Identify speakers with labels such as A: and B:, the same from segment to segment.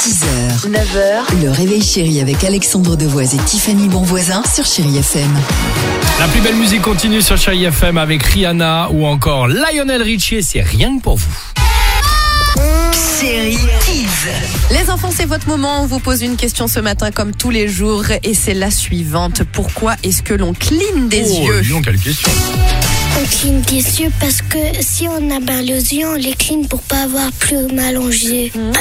A: 6h, 9h, le réveil chéri avec Alexandre Devoise et Tiffany Bonvoisin sur Chéri FM.
B: La plus belle musique continue sur Chéri FM avec Rihanna ou encore Lionel Richie, c'est rien que pour vous.
A: Chéri Kids.
C: Les enfants, c'est votre moment. On vous pose une question ce matin comme tous les jours et c'est la suivante. Pourquoi est-ce que l'on cligne des
B: oh,
C: yeux
B: dis donc, quelle question.
D: On cligne des yeux parce que si on a mal aux yeux, on les cligne pour pas avoir plus mal aux yeux. Bah,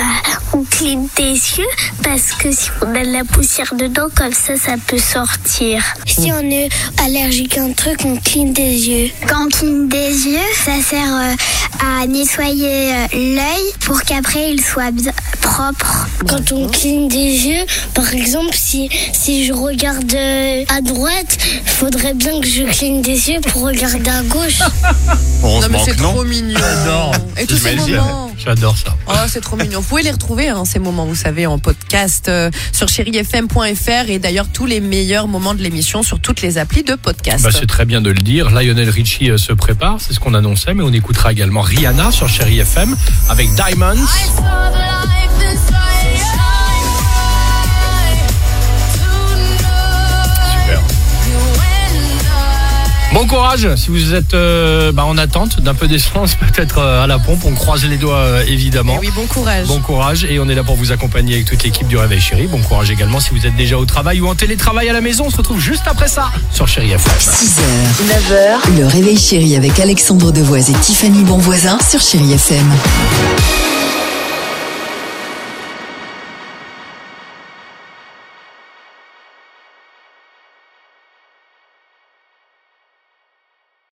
E: On cligne des yeux parce que si on a de la poussière dedans, comme ça, ça peut sortir.
D: Si on est allergique à un truc, on cligne des yeux.
E: Quand on cligne des yeux, ça sert euh, à nettoyer euh, l'œil pour qu'après il soit bien propre.
D: Quand on cligne des yeux, par exemple, si, si je regarde euh, à droite, faudrait bien que je cligne des yeux pour regarder à gauche.
F: On
C: Non,
F: se
C: mais c'est
F: manque, non
C: trop mignon. Et tous ces
F: J'imagine.
C: moments.
B: J'adore ça.
C: Oh, c'est trop mignon. Vous pouvez les retrouver, hein, ces moments, vous savez, en podcast euh, sur chérifm.fr et d'ailleurs tous les meilleurs moments de l'émission sur toutes les applis de podcast.
B: Bah, c'est très bien de le dire. Lionel Richie euh, se prépare, c'est ce qu'on annonçait, mais on écoutera également Rihanna sur Chéri FM avec Diamonds. Super. Bon courage si vous êtes euh, bah, en attente d'un peu d'essence, peut-être euh, à la pompe. On croise les doigts euh, évidemment.
C: Eh oui, bon courage.
B: Bon courage et on est là pour vous accompagner avec toute l'équipe du Réveil Chéri. Bon courage également si vous êtes déjà au travail ou en télétravail à la maison. On se retrouve juste après ça sur Chéri FM.
A: 6h, 9h, le réveil chéri avec Alexandre Devoise et Tiffany Bonvoisin sur Chéri FM.